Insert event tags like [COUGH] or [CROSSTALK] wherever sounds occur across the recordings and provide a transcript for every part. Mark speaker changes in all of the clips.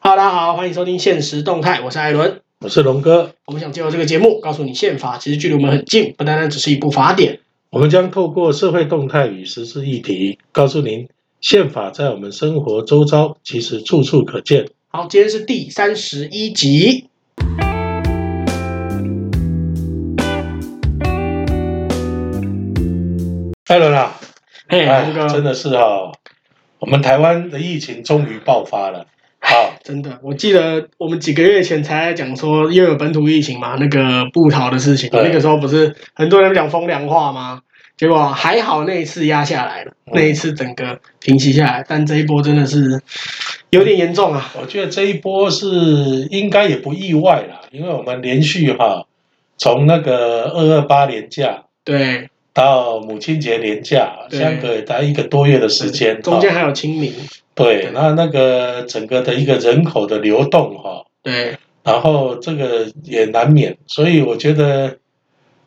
Speaker 1: Hello，大家好，欢迎收听《现实动态》，我是艾伦。
Speaker 2: 我是龙哥。
Speaker 1: 我们想借由这个节目，告诉你宪法其实距离我们很近，不单单只是一部法典。
Speaker 2: 我们将透过社会动态与时事议题，告诉您宪法在我们生活周遭其实处处可见。
Speaker 1: 好，今天是第三十一集。
Speaker 2: 艾伦啊，
Speaker 1: 嘿，
Speaker 2: 哎
Speaker 1: 龙，哥，
Speaker 2: 真的是哈、哦，我们台湾的疫情终于爆发了。好，
Speaker 1: 真的，我记得我们几个月前才在讲说又有本土疫情嘛，那个布桃的事情，
Speaker 2: 对
Speaker 1: 那个时候不是很多人讲风凉话吗？结果还好那一次压下来了，
Speaker 2: 嗯
Speaker 1: 那一次整个平息下来，但这一波真的是有点严重啊。
Speaker 2: 我觉得这一波是应该也不意外啦，因为我们连续哈、从那个二二八连假
Speaker 1: 对，
Speaker 2: 到母亲节连假，
Speaker 1: 对
Speaker 2: 相隔也大概一个多月的时间，
Speaker 1: 中间
Speaker 2: 哈
Speaker 1: 还有清明，
Speaker 2: 对，那那个整个的一个人口的流动哈、
Speaker 1: 对，
Speaker 2: 然后这个也难免，所以我觉得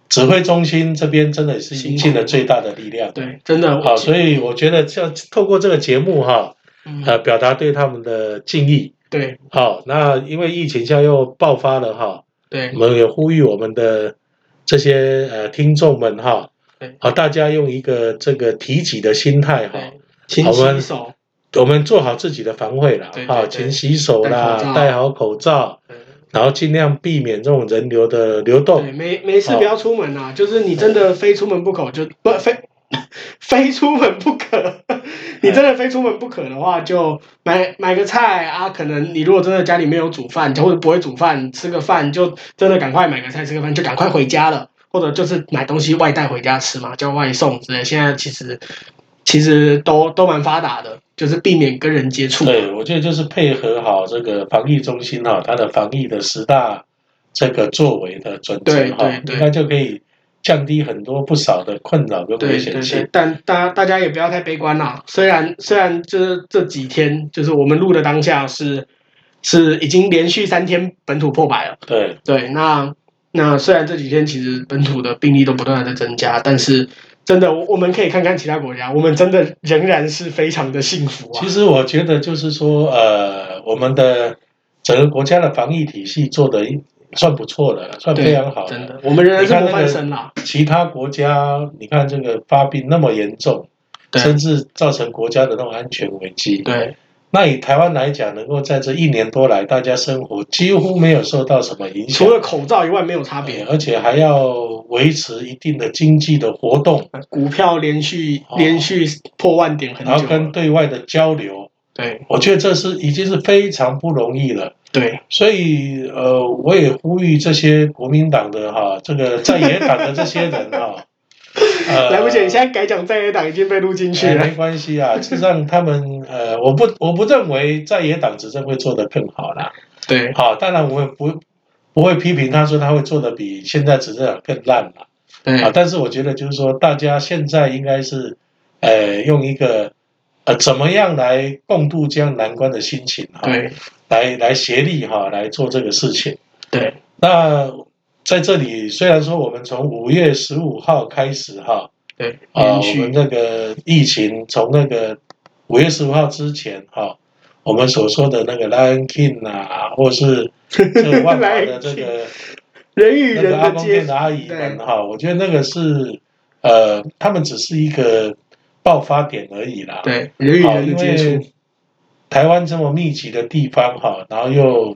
Speaker 2: 指挥中心这边真的是
Speaker 1: 辛苦
Speaker 2: 尽了最大的力量。
Speaker 1: 对，真的，
Speaker 2: 好，
Speaker 1: 我
Speaker 2: 所以我觉得像透过这个节目哈，
Speaker 1: 嗯
Speaker 2: 呃，表达对他们的敬意。
Speaker 1: 对
Speaker 2: 好，那因为疫情现在又爆发了哈，
Speaker 1: 对
Speaker 2: 我们也呼吁我们的这些呃听众们哈
Speaker 1: 对，
Speaker 2: 好，大家用一个这个提己的心态哈，
Speaker 1: 对，勤
Speaker 2: 好我
Speaker 1: 洗
Speaker 2: 们
Speaker 1: 手，
Speaker 2: 我们做好自己的防卫啦
Speaker 1: 对，对
Speaker 2: 好，
Speaker 1: 对
Speaker 2: 勤洗手
Speaker 1: 戴口罩
Speaker 2: 啦，戴好口罩，
Speaker 1: 对
Speaker 2: 然后尽量避免这种人流的流动
Speaker 1: 对，。没没事，
Speaker 2: 哦
Speaker 1: 不要出门啊！就是你真的非出门不可，就不非 [LAUGHS] 非出门不可。
Speaker 2: 嗯
Speaker 1: 你真的非出门不可的话，就买买个菜啊。可能你如果真的家里没有煮饭，或者不会煮饭，吃个饭就真的赶快买个菜，吃个饭就赶快回家了。或者就是买东西外带回家吃嘛，叫外送之类。现在其实其实都都蛮发达的，就是避免跟人接触。
Speaker 2: 对，我觉得就是配合好这个防疫中心哈、它的防疫的十大这个作为的准则
Speaker 1: 对
Speaker 2: 哈、
Speaker 1: 对对
Speaker 2: 应该就可以降低很多不少的困扰跟危
Speaker 1: 对对
Speaker 2: 险
Speaker 1: 对
Speaker 2: 性，。
Speaker 1: 但大大家也不要太悲观啦。虽然虽然就是这几天，就是我们录的当下是是已经连续三天本土破百了。
Speaker 2: 对
Speaker 1: 对，那那虽然这几天其实本土的病例都不断的在增加，但是真的我我们可以看看其他国家，我们真的仍然是非常的幸福啊
Speaker 2: 其。实我觉得就是说，呃，我们的整个国家的防疫体系做的算不错的了，算
Speaker 1: 对
Speaker 2: 非常好
Speaker 1: 真
Speaker 2: 了。
Speaker 1: 的，我们仍然是
Speaker 2: 你看
Speaker 1: 模
Speaker 2: 那个
Speaker 1: 范生啦。
Speaker 2: 其他国家，你看这个发病那么严重，
Speaker 1: 对
Speaker 2: 甚至造成国家的那种安全危机。
Speaker 1: 对
Speaker 2: 那以台湾来讲，能够在这一年多来，大家生活几乎没有受到什么影响
Speaker 1: 除，了口罩以外没有差别。
Speaker 2: 而且还要维持一定的经济的活动，
Speaker 1: 股票连续
Speaker 2: 哦
Speaker 1: 连续破万点很
Speaker 2: 然后
Speaker 1: 久
Speaker 2: 跟
Speaker 1: 了。
Speaker 2: 对外的交流，
Speaker 1: 对
Speaker 2: 我觉得这是已经是非常不容易了。
Speaker 1: 对
Speaker 2: 所以，呃，我也呼吁这些国民党的哈，这个在野党的这些
Speaker 1: [LAUGHS]
Speaker 2: 人哈，呃，
Speaker 1: 来不及，你现在改讲在野党已经被录进去
Speaker 2: 哎
Speaker 1: 了。
Speaker 2: 没关系啊，是让他们呃，我不我不认为在野党执政会做得更好啦。
Speaker 1: 对
Speaker 2: 好，当然我们不不会批评他说他会做的比现在执政党更烂了
Speaker 1: 对
Speaker 2: 啊，但是我觉得就是说，大家现在应该是呃用一个呃怎么样来共度这样难关的心情哈、
Speaker 1: 对
Speaker 2: 来来协力哈、来做这个事情。
Speaker 1: 对
Speaker 2: 那在这里虽然说我们从五月十五号开始哈
Speaker 1: 对，
Speaker 2: 啊，
Speaker 1: 连
Speaker 2: 我们
Speaker 1: 续
Speaker 2: 那个疫情从那个五月十五号之前哈、我们所说的那个 Lion King 啊，或是这个万华
Speaker 1: [LAUGHS] Lion
Speaker 2: 的这
Speaker 1: King
Speaker 2: 个
Speaker 1: 人与
Speaker 2: 那个
Speaker 1: 人
Speaker 2: 阿
Speaker 1: 的
Speaker 2: 公
Speaker 1: 接
Speaker 2: 店
Speaker 1: 触
Speaker 2: 的阿姨
Speaker 1: 对
Speaker 2: 们哈，我觉得那个是呃，他们只是一个爆发点而已啦。
Speaker 1: 对人与
Speaker 2: 好，
Speaker 1: 人
Speaker 2: 因
Speaker 1: 的接触
Speaker 2: 为，台湾这么密集的地方哈，然后又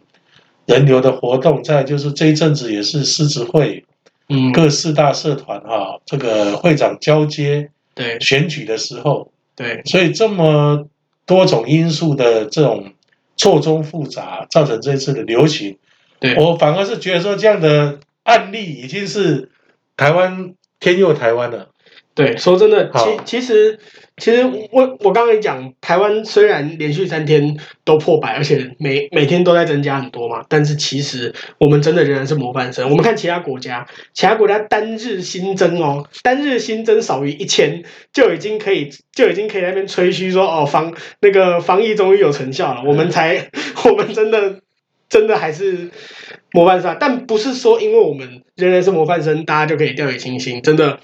Speaker 2: 人流的活动，再来就是这一阵子也是狮子会
Speaker 1: 嗯，
Speaker 2: 各四大社团哈，这个会长交接
Speaker 1: 对
Speaker 2: 选举的时候，
Speaker 1: 对
Speaker 2: 所以这么多种因素的这种错综复杂，造成这次的流行。
Speaker 1: 对
Speaker 2: 我反而是觉得说这样的案例已经是台湾天佑台湾了。
Speaker 1: 对，说真的，其
Speaker 2: 好
Speaker 1: 其实其实我我刚才讲，台湾虽然连续三天都破百，而且每每天都在增加很多嘛，但是其实我们真的仍然是模范生。我们看其他国家，其他国家单日新增哦，单日新增少于一千，就已经可以就已经可以在那边吹嘘说哦防那个防疫终于有成效了，我们才我们真的真的还是模范生啊，但不是说因为我们仍然是模范生，大家就可以掉以轻心。真的，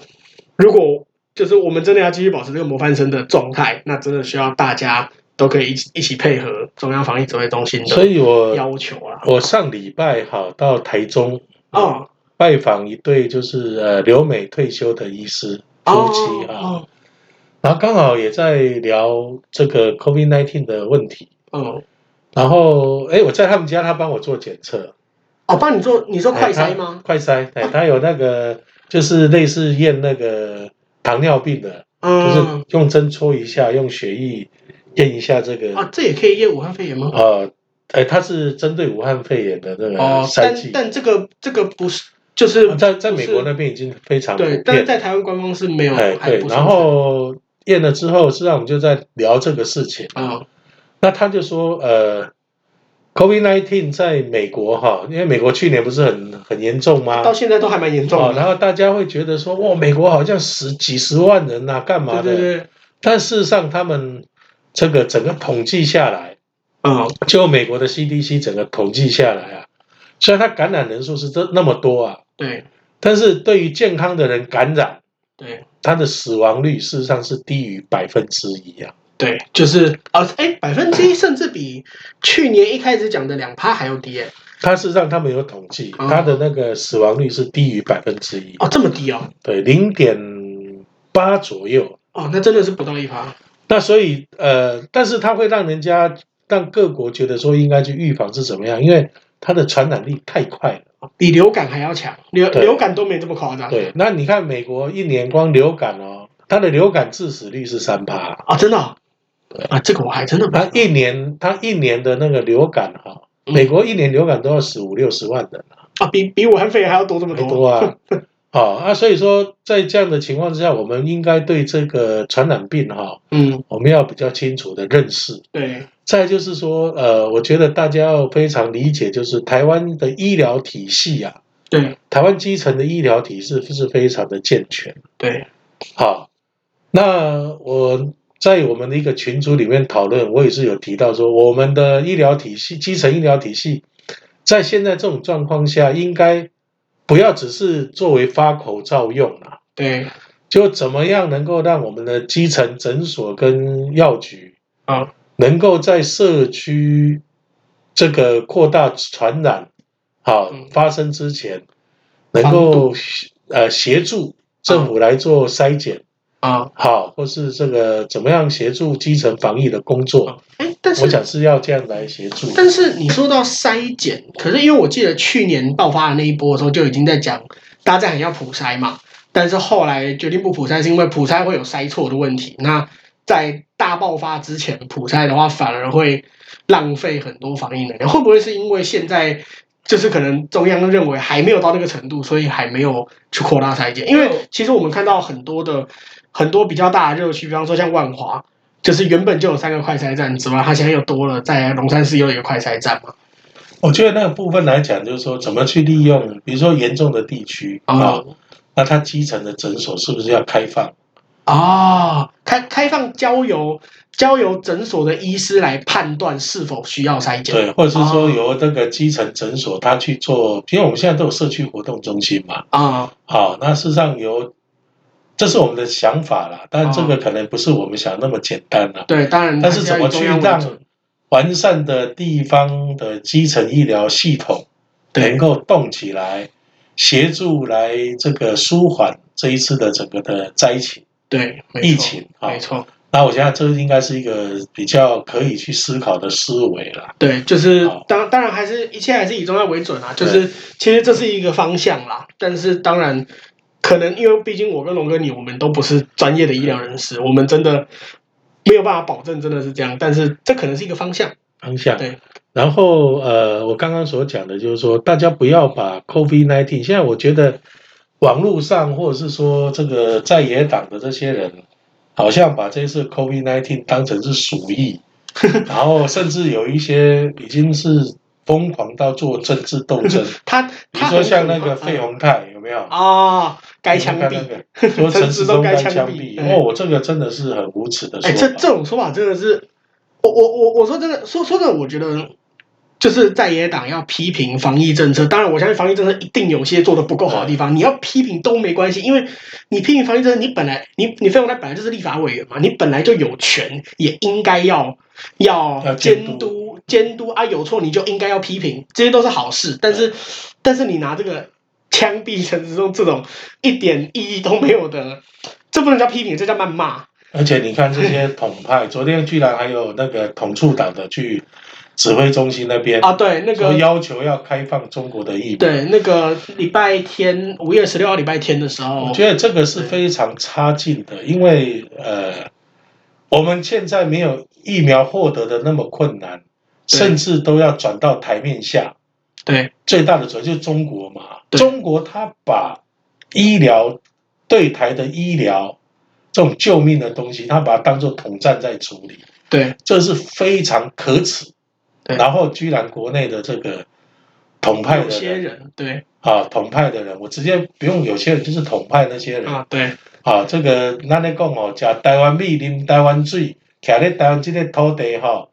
Speaker 1: 如果就是我们真的要继续保持这个模范生的状态，那真的需要大家都可以一起一起配合中央防疫指挥中心
Speaker 2: 所
Speaker 1: 的
Speaker 2: 以我
Speaker 1: 嗯要求啊。
Speaker 2: 我上礼拜哈到台中
Speaker 1: 哦，
Speaker 2: 拜访一对就是呃留美退休的医师夫妻啊，
Speaker 1: 哦，
Speaker 2: 然后刚好也在聊这个 COVID-19 的问题，
Speaker 1: 哦，
Speaker 2: 然后哎我在他们家，他帮我做检测，
Speaker 1: 哦，帮你做，你说快
Speaker 2: 哎
Speaker 1: 筛
Speaker 2: 他
Speaker 1: 吗？
Speaker 2: 快筛，哎，他有那个就是类似验那个糖尿病的，哎就是
Speaker 1: 嗯，
Speaker 2: 用针戳一下，用血液验一下这个
Speaker 1: 啊，这也可以验武汉肺炎吗？
Speaker 2: 呃，哎，它是针对武啊汉肺炎的那个
Speaker 1: 哦，
Speaker 2: 筛
Speaker 1: 但
Speaker 2: 剂，
Speaker 1: 但这个这个不是，就是
Speaker 2: 哦在在美
Speaker 1: 不是
Speaker 2: 国那边已经非常普
Speaker 1: 对，但是
Speaker 2: 遍。
Speaker 1: 在台湾官方是没有，
Speaker 2: 哎，
Speaker 1: 还
Speaker 2: 对，
Speaker 1: 不是
Speaker 2: 然后验了之后，实际上我们就在聊这个事情。
Speaker 1: 啊，
Speaker 2: 那他就说，呃，COVID-19 在美国哈，因为美国去年不是很很严重吗？
Speaker 1: 到现在都还蛮严重
Speaker 2: 啊哦，
Speaker 1: 的。
Speaker 2: 然后大家会觉得说，哇，美国好像十几十万人呐、干嘛
Speaker 1: 对
Speaker 2: 的？
Speaker 1: 对对，
Speaker 2: 但事实上，他们这个整个统计下来，
Speaker 1: 嗯，
Speaker 2: 就美国的 CDC 整个统计下来啊，虽然它感染人数是这那么多啊，
Speaker 1: 对
Speaker 2: 但是对于健康的人感染，
Speaker 1: 对
Speaker 2: 它的死亡率事实上是低于百分之一啊。
Speaker 1: 对，就是啊，哎，百分
Speaker 2: [LAUGHS]
Speaker 1: 之一甚至比去年一开始讲的两趴还要低哎，
Speaker 2: 它事实上他们有统计，
Speaker 1: 哦
Speaker 2: 它的那个死亡率是低于百分之一，
Speaker 1: 哦，这么低哦，
Speaker 2: 对，零点八左右。
Speaker 1: 哦，那真的是不到一趴。
Speaker 2: 那所以呃，但是它会让人家让各国觉得说应该去预防是怎么样，因为它的传染力太快了。
Speaker 1: 哦比流感还要强，流
Speaker 2: 对
Speaker 1: 流感都没这么夸张。
Speaker 2: 对，那你看美国一年光流感哦，它的流感致死率是三趴，
Speaker 1: 啊，真的哦、啊，这个我还真的不
Speaker 2: 它一年它一年的那个流感哈、
Speaker 1: 嗯
Speaker 2: 美国一年流感都要死五六十万人，
Speaker 1: 啊，比比武汉肺炎还要多这么
Speaker 2: 太多
Speaker 1: 多。
Speaker 2: 啊。好、啊，所以说在这样的情况之下，我们应该对这个传染病哈、
Speaker 1: 嗯，
Speaker 2: 我们要比较清楚的认识。
Speaker 1: 对，
Speaker 2: 再来就是说，呃，我觉得大家要非常理解，就是台湾的医疗体系啊，
Speaker 1: 对，
Speaker 2: 台湾基层的医疗体系是非常的健全。
Speaker 1: 对，
Speaker 2: 好，那我在我们的一个群组里面讨论，我也是有提到说，我们的医疗体系、基层医疗体系，在现在这种状况下，应该不要只是作为发口罩用啊，
Speaker 1: 对，
Speaker 2: 就怎么样能够让我们的基层诊所跟药局
Speaker 1: 啊，
Speaker 2: 能够在社区这个扩大传染好
Speaker 1: 嗯
Speaker 2: 发生之前，能
Speaker 1: 防
Speaker 2: 够呃协助政府来做筛检。
Speaker 1: 啊，
Speaker 2: 好，或是这个怎么样协助基层防疫的工作，
Speaker 1: 哎，但
Speaker 2: 我
Speaker 1: 是
Speaker 2: 想是要这样来协助。
Speaker 1: 但是你说到筛检，可是因为我记得去年爆发的那一波的时候就已经在讲，大家在喊要普筛嘛，但是后来决定不普筛是因为普筛会有筛错的问题。那在大爆发之前，普筛的话反而会浪费很多防疫能量。会不会是因为现在就是可能中央认为还没有到那个程度，所以还没有去扩大筛检？因为其实我们看到很多的很多比较大的热区，比方说像万华，就是原本就有三个快筛站之外，它现在又多了在龙山寺又有一个快筛站嘛。
Speaker 2: 我觉得那个部分来讲，就是说怎么去利用，比如说严重的地区啊，
Speaker 1: 哦
Speaker 2: 那它基层的诊所是不是要开放？
Speaker 1: 哦，开开放交由交由诊所的医师来判断是否需要筛检。
Speaker 2: 对，啊或者是说
Speaker 1: 哦
Speaker 2: 由这个基层诊所他去做，因为我们现在都有社区活动中心嘛，
Speaker 1: 啊、
Speaker 2: 好，那事实上由这是我们的想法啦，但这个可能不是我们想那么简单啦。
Speaker 1: 对，当然
Speaker 2: 但
Speaker 1: 它
Speaker 2: 是
Speaker 1: 要
Speaker 2: 怎
Speaker 1: 以
Speaker 2: 么
Speaker 1: 中
Speaker 2: 去
Speaker 1: 央为
Speaker 2: 让
Speaker 1: 准。
Speaker 2: 完善的地方的基层医疗系统能
Speaker 1: 对
Speaker 2: 够动起来，协助来这个舒缓这一次的整个的灾情
Speaker 1: 对，没错
Speaker 2: 疫情啊
Speaker 1: 没。错，
Speaker 2: 那我想这应该是一个比较可以去思考的思维啦。
Speaker 1: 对，就是
Speaker 2: 好
Speaker 1: 当当然还是一切还是以中央为准啊，就是其实这是一个方向啦，但是当然可能因为毕竟我跟龙哥你我们都不是专业的医疗人士，我们真的没有办法保证真的是这样，但是这可能是一个方向。
Speaker 2: 方向
Speaker 1: 对。
Speaker 2: 然后呃，我刚刚所讲的就是说，大家不要把 COVID-19，现在我觉得网络上或者是说这个在野党的这些人，好像把这次 COVID-19 当成是鼠
Speaker 1: [LAUGHS]
Speaker 2: 疫，然后甚至有一些已经是疯狂到做政治斗
Speaker 1: [LAUGHS]
Speaker 2: 争，
Speaker 1: 他
Speaker 2: 比
Speaker 1: 他
Speaker 2: 如
Speaker 1: 很
Speaker 2: 说像那个
Speaker 1: 可怕
Speaker 2: 费宏泰有没有？
Speaker 1: 啊，该枪
Speaker 2: 你有没有
Speaker 1: 毙。
Speaker 2: 看那个，说陈时中该
Speaker 1: [LAUGHS] 陈
Speaker 2: 枪
Speaker 1: 时中该
Speaker 2: 毙
Speaker 1: 枪，毙
Speaker 2: 哦，我这个真的是很无耻的
Speaker 1: 哎、
Speaker 2: 说
Speaker 1: 这
Speaker 2: 法。
Speaker 1: 这种说法真的是，我我我我说真的，说说真的，我觉得就是在野党要批评防疫政策，当然我相信防疫政策一定有些做的不够好的地方，你要批评都没关系，因为你批评防疫政策，你本来你你费鸿泰本来就是立法委员嘛，你本来就有权，也应该要要
Speaker 2: 要
Speaker 1: 监
Speaker 2: 监督
Speaker 1: 督监督啊，有错你就应该要批评，这些都是好事，但是但是你拿这个枪毙陈时中这种一点意义都没有的，这不能叫批评，这叫谩骂。
Speaker 2: 而且你看这些统派， [LAUGHS] 昨天居然还有那个统促党的去指挥中心那边
Speaker 1: 啊，对，那
Speaker 2: 说
Speaker 1: 个
Speaker 2: 要求要开放中国的疫苗，
Speaker 1: 对那个礼拜天五月十六号礼拜天的时候
Speaker 2: 我，觉得这个是非常差劲的，因为呃，我们现在没有疫苗获得的那么困难，
Speaker 1: 对
Speaker 2: 甚至都要转到台面下。
Speaker 1: 对
Speaker 2: 最大的主要就是中国嘛，
Speaker 1: 对
Speaker 2: 中国它把医疗对台的医疗这种救命的东西，它把它当做统战在处理。
Speaker 1: 对
Speaker 2: 这是非常可耻。
Speaker 1: 对
Speaker 2: 然后居然国内的这个统派
Speaker 1: 有
Speaker 2: 的
Speaker 1: 些
Speaker 2: 人
Speaker 1: 人对
Speaker 2: 啊，统派的人，我直接不用有些人就是统派那些人啊
Speaker 1: 啊对
Speaker 2: 这个咱咧讲哦，食台湾米，啉台湾水，徛咧台湾这个土地哈、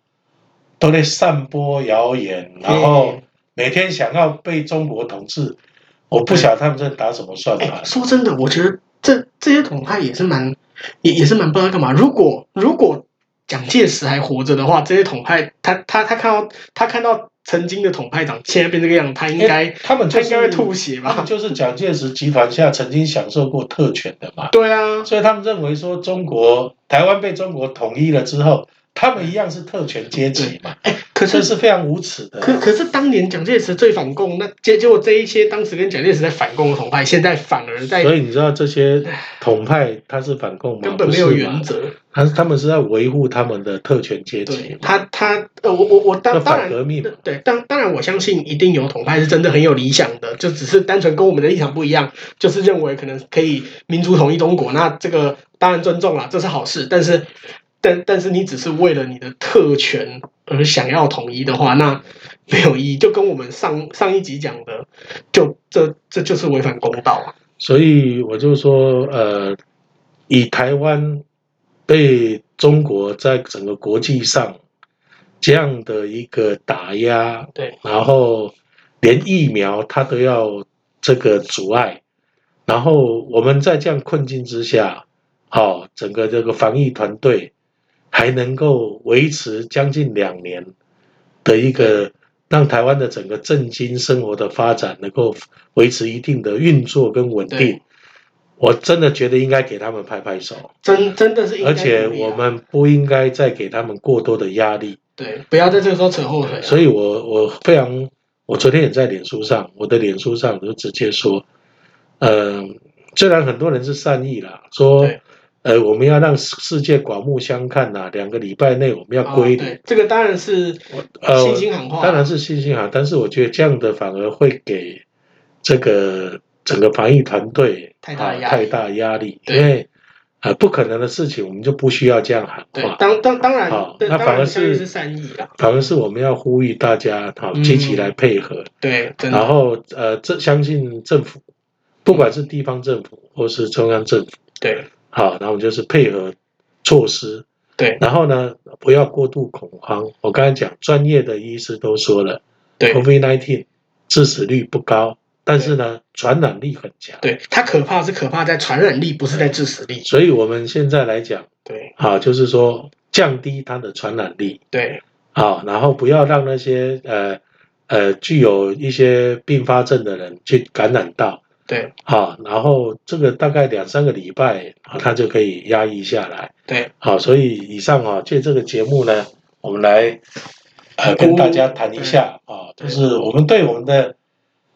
Speaker 2: 都在散播谣言，然后
Speaker 1: 嗯
Speaker 2: 每天想要被中国统治。我不晓得他们在打什么算
Speaker 1: 哎、
Speaker 2: 法，
Speaker 1: 说真的，我觉得这这些统派也是蛮也也是蛮不知道干嘛。如果如果蒋介石还活着的话，这些统派他他他看到他看到曾经的统派长现在变这个样子，他应该、
Speaker 2: 哎他们
Speaker 1: 他
Speaker 2: 就
Speaker 1: 应
Speaker 2: 是
Speaker 1: 该会吐血
Speaker 2: 他们
Speaker 1: 吧？
Speaker 2: 就是蒋介石集团下曾经享受过特权的嘛。
Speaker 1: 对啊，
Speaker 2: 所以他们认为说，中国台湾被中国统一了之后，他们一样是特权阶级嘛，
Speaker 1: 哎、可
Speaker 2: 这
Speaker 1: 是 [LAUGHS]
Speaker 2: 是非常无耻的。啊
Speaker 1: 可可是当年蒋介石最反共，那结结果这一些当时跟蒋介石在反共的统派，现在反而在
Speaker 2: 所以你知道这些统派他是反共吗？
Speaker 1: 根本没有
Speaker 2: 不是嘛
Speaker 1: 原，则。
Speaker 2: 他他们是在维护他们的特权阶级
Speaker 1: 对
Speaker 2: 嘛。
Speaker 1: 他他呃，我我我
Speaker 2: 这
Speaker 1: 当当
Speaker 2: 反
Speaker 1: 然
Speaker 2: 革命嘛，
Speaker 1: 对，当当然，我相信一定有统派是真的很有理想的，就只是单纯跟我们的立场不一样，就是认为可能可以民族统一中国。那这个当然尊重啦，这是好事。但是，但但是你只是为了你的特权而想要统一的话，那没有意义。就跟我们上上一集讲的，就这这就是违反公道啊。
Speaker 2: 所以我就说，呃，以台湾被中国在整个国际上这样的一个打压，
Speaker 1: 对，
Speaker 2: 然后连疫苗它都要这个阻碍，然后我们在这样困境之下，好、整个这个防疫团队还能够维持将近两年的一个让台湾的整个政经生活的发展能够维持一定的运作跟稳定
Speaker 1: 对，
Speaker 2: 我真的觉得应该给他们拍拍手，
Speaker 1: 真真的是应该
Speaker 2: 而且
Speaker 1: 鼓励啊
Speaker 2: 我们不应该再给他们过多的压力。
Speaker 1: 对，不要在这个时候扯后腿啊、
Speaker 2: 所以我我非常，我昨天也在脸书上，我的脸书上我就直接说，嗯、虽然很多人是善意啦，说
Speaker 1: 对，
Speaker 2: 呃，我们要让世界刮目相看呐、两个礼拜内我们要
Speaker 1: 啊
Speaker 2: 归零，
Speaker 1: 对，这个当然是
Speaker 2: 呃
Speaker 1: 信心喊话啊、
Speaker 2: 当然是信心好，但是我觉得这样的反而会给这个整个防疫团队
Speaker 1: 太大的
Speaker 2: 啊
Speaker 1: 压力
Speaker 2: 太大压力，
Speaker 1: 对
Speaker 2: 因为呃不可能的事情，我们就不需要这样喊
Speaker 1: 对
Speaker 2: 话，。
Speaker 1: 当当当然
Speaker 2: 好，
Speaker 1: 对
Speaker 2: 那
Speaker 1: 当
Speaker 2: 反
Speaker 1: 然
Speaker 2: 而
Speaker 1: 相信
Speaker 2: 是
Speaker 1: 是善意啊。
Speaker 2: 反而是我们要呼吁大家，好
Speaker 1: 嗯
Speaker 2: 积极来配合，
Speaker 1: 对，真
Speaker 2: 然
Speaker 1: 的，
Speaker 2: 后呃，这相信政府，不管是地方政府或是中央政府，
Speaker 1: 对
Speaker 2: 好，然后就是配合措施，
Speaker 1: 对
Speaker 2: 然后呢，不要过度恐慌。我刚才讲，专业的医师都说了
Speaker 1: 对
Speaker 2: ，COVID-19 致死率不高，但是呢，传染力很强。
Speaker 1: 对，它可怕是可怕在传染力，不是在致死力。
Speaker 2: 所以我们现在来讲，
Speaker 1: 对
Speaker 2: 啊，就是说降低它的传染力，
Speaker 1: 对
Speaker 2: 啊，然后不要让那些呃呃具有一些并发症的人去感染到
Speaker 1: 对
Speaker 2: 啊，然后这个大概两三个礼拜啊，它就可以压抑下来。
Speaker 1: 对，
Speaker 2: 好，所以以上啊，借这个节目呢，我们来呃跟大家谈一下啊，
Speaker 1: 对
Speaker 2: 就是我们对我们的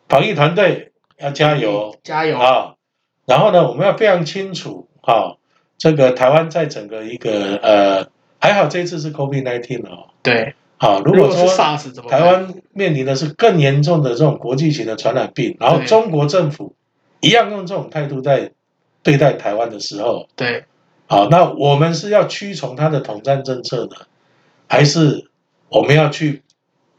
Speaker 2: 防疫团队要加油
Speaker 1: 加油！
Speaker 2: 啊，然后呢，我们要非常清楚啊，这个台湾在整个一个呃，还好这一次是 COVID-19 哦。
Speaker 1: 对，
Speaker 2: 啊，如
Speaker 1: 如
Speaker 2: 果
Speaker 1: 果是
Speaker 2: 说
Speaker 1: SARS 怎么办
Speaker 2: 台？湾面临的是更严重的这种国际型的传染病，然后
Speaker 1: 对
Speaker 2: 中国政府一样用这种态度在对待台湾的时候，
Speaker 1: 对
Speaker 2: 好，那我们是要屈从他的统战政策呢，还是我们要去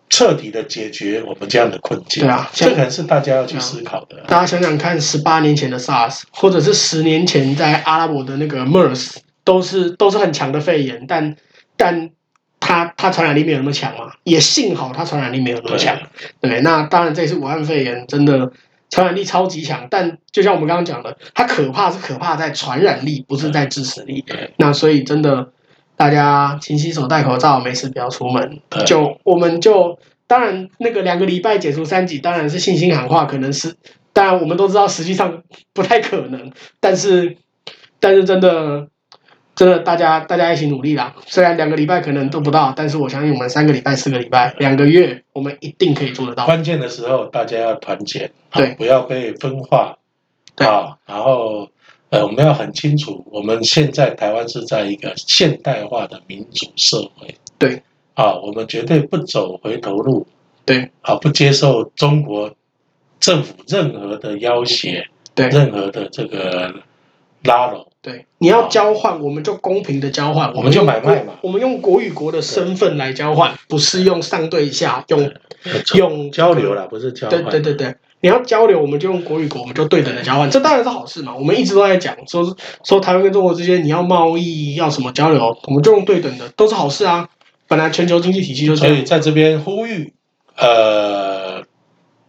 Speaker 2: 彻底的解决我们这样的困境？
Speaker 1: 对啊
Speaker 2: 这可能是大家要去思考的。
Speaker 1: 大家想想看，十八年前的 SARS，或者是十年前在阿拉伯的那个 MERS，都是都是很强的肺炎，但但它它传染力没有那么强嘛，也幸好它传染力没有那么强。对，那当然这次武汉肺炎真的传染力超级强，但就像我们刚刚讲的，它可怕是可怕在传染力，不是在致死力
Speaker 2: 对。
Speaker 1: 那所以真的，大家勤洗手、戴口罩，没事不要出门
Speaker 2: 对。
Speaker 1: 就我们就当然那个两个礼拜解除三级，当然是信心喊话，可能是当然我们都知道实际上不太可能，但是但是真的。真的，大家大家一起努力啦！虽然两个礼拜可能做不到，但是我相信我们三个礼拜、四个礼拜、两个月，我们一定可以做得到。
Speaker 2: 关键的时候大家要团结，啊
Speaker 1: 对
Speaker 2: 不要被分化，
Speaker 1: 对
Speaker 2: 啊，然后呃，我们要很清楚，我们现在台湾是在一个现代化的民主社会，
Speaker 1: 对，
Speaker 2: 啊，我们绝对不走回头路，
Speaker 1: 对，
Speaker 2: 啊，不接受中国政府任何的要挟，
Speaker 1: 对
Speaker 2: 任何的这个拉拢，
Speaker 1: 对，你要交换，我们就公平的交换，
Speaker 2: 我们就
Speaker 1: 用
Speaker 2: 买卖嘛
Speaker 1: 我们用国与国的身份来交换，不是用上对下，用用
Speaker 2: 交流。啦，不是交
Speaker 1: 对
Speaker 2: 换，
Speaker 1: 对对对，你要交流，我们就用国与国，我们就对等的交换，这当然是好事嘛。我们一直都在讲说说台湾跟中国之间，你要贸易要什么交流，我们就用对等的，都是好事啊。本来全球经济体系就是这
Speaker 2: 所以
Speaker 1: 样，
Speaker 2: 在这边呼吁，呃，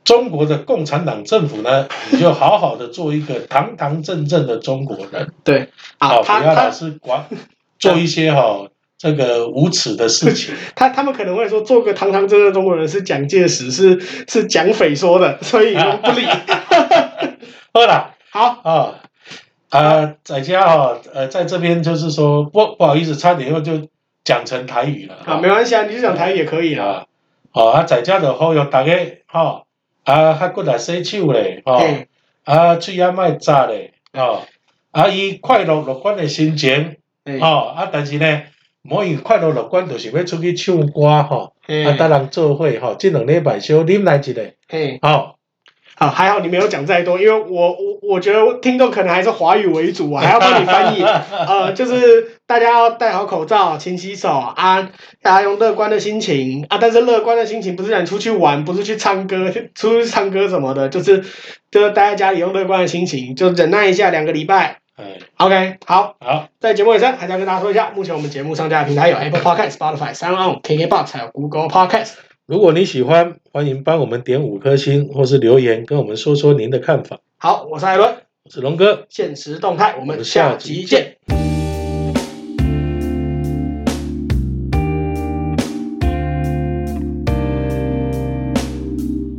Speaker 2: 中国的共产党政府呢，你就好好的做一个堂堂正正的中国人，
Speaker 1: 对啊，
Speaker 2: 好，
Speaker 1: 他
Speaker 2: 不要老
Speaker 1: 他
Speaker 2: 是管做一些哈、这个无耻的事情。
Speaker 1: 他他们可能会说，做个堂堂正正的中国人是蒋介石，是是蒋匪说的，所以我们不理。
Speaker 2: [LAUGHS] 好啦，
Speaker 1: 好，
Speaker 2: 啊、啊、在家哈、呃，在这边就是说不不好意思，差点又就讲成台语了。
Speaker 1: 好，没关系啊，你就讲台语也可以啊。
Speaker 2: 啊，哦啊，在家就好哟，大家哈、啊，还过来洗手嘞，吼、
Speaker 1: 嗯
Speaker 2: 啊，嘴啊莫扎咧，哦，啊，以快乐乐观的心情，
Speaker 1: 哎
Speaker 2: 哦，啊，但是呢，无用快乐乐观，就是要出去唱歌吼，啊，搭
Speaker 1: 哎
Speaker 2: 人做伙吼，即两礼拜小啉来一个，
Speaker 1: 哎，
Speaker 2: 吼、
Speaker 1: 好，还好你没有讲再多，因为我我我觉得听众可能还是华语为主啊，还要帮你
Speaker 2: [LAUGHS]
Speaker 1: 翻译。 [LAUGHS]
Speaker 2: 哎
Speaker 1: 呃，就是大家要戴好口罩，勤洗手啊，大家用乐观的心情啊，但是乐观的心情不是让你出去玩，不是去唱歌，出去唱歌什么的，就是就是待在家里用乐观的心情，就忍耐一下两个礼拜。
Speaker 2: 哎，
Speaker 1: OK，好，
Speaker 2: 好，
Speaker 1: 在节目尾声，还是要跟大家说一下，目前我们节目上架的平台有 Apple Podcast、Spotify、Sound On、KKBox 还有 Google Podcast。
Speaker 2: 如果你喜欢，欢迎帮我们点五颗星，或是留言跟我们说说您的看法。
Speaker 1: 好，我是艾伦，
Speaker 2: 我是龙哥，
Speaker 1: 现实动态，我
Speaker 2: 我
Speaker 1: 们
Speaker 2: 们
Speaker 1: 下
Speaker 2: 下
Speaker 1: 集
Speaker 2: 集
Speaker 1: 见
Speaker 2: 见。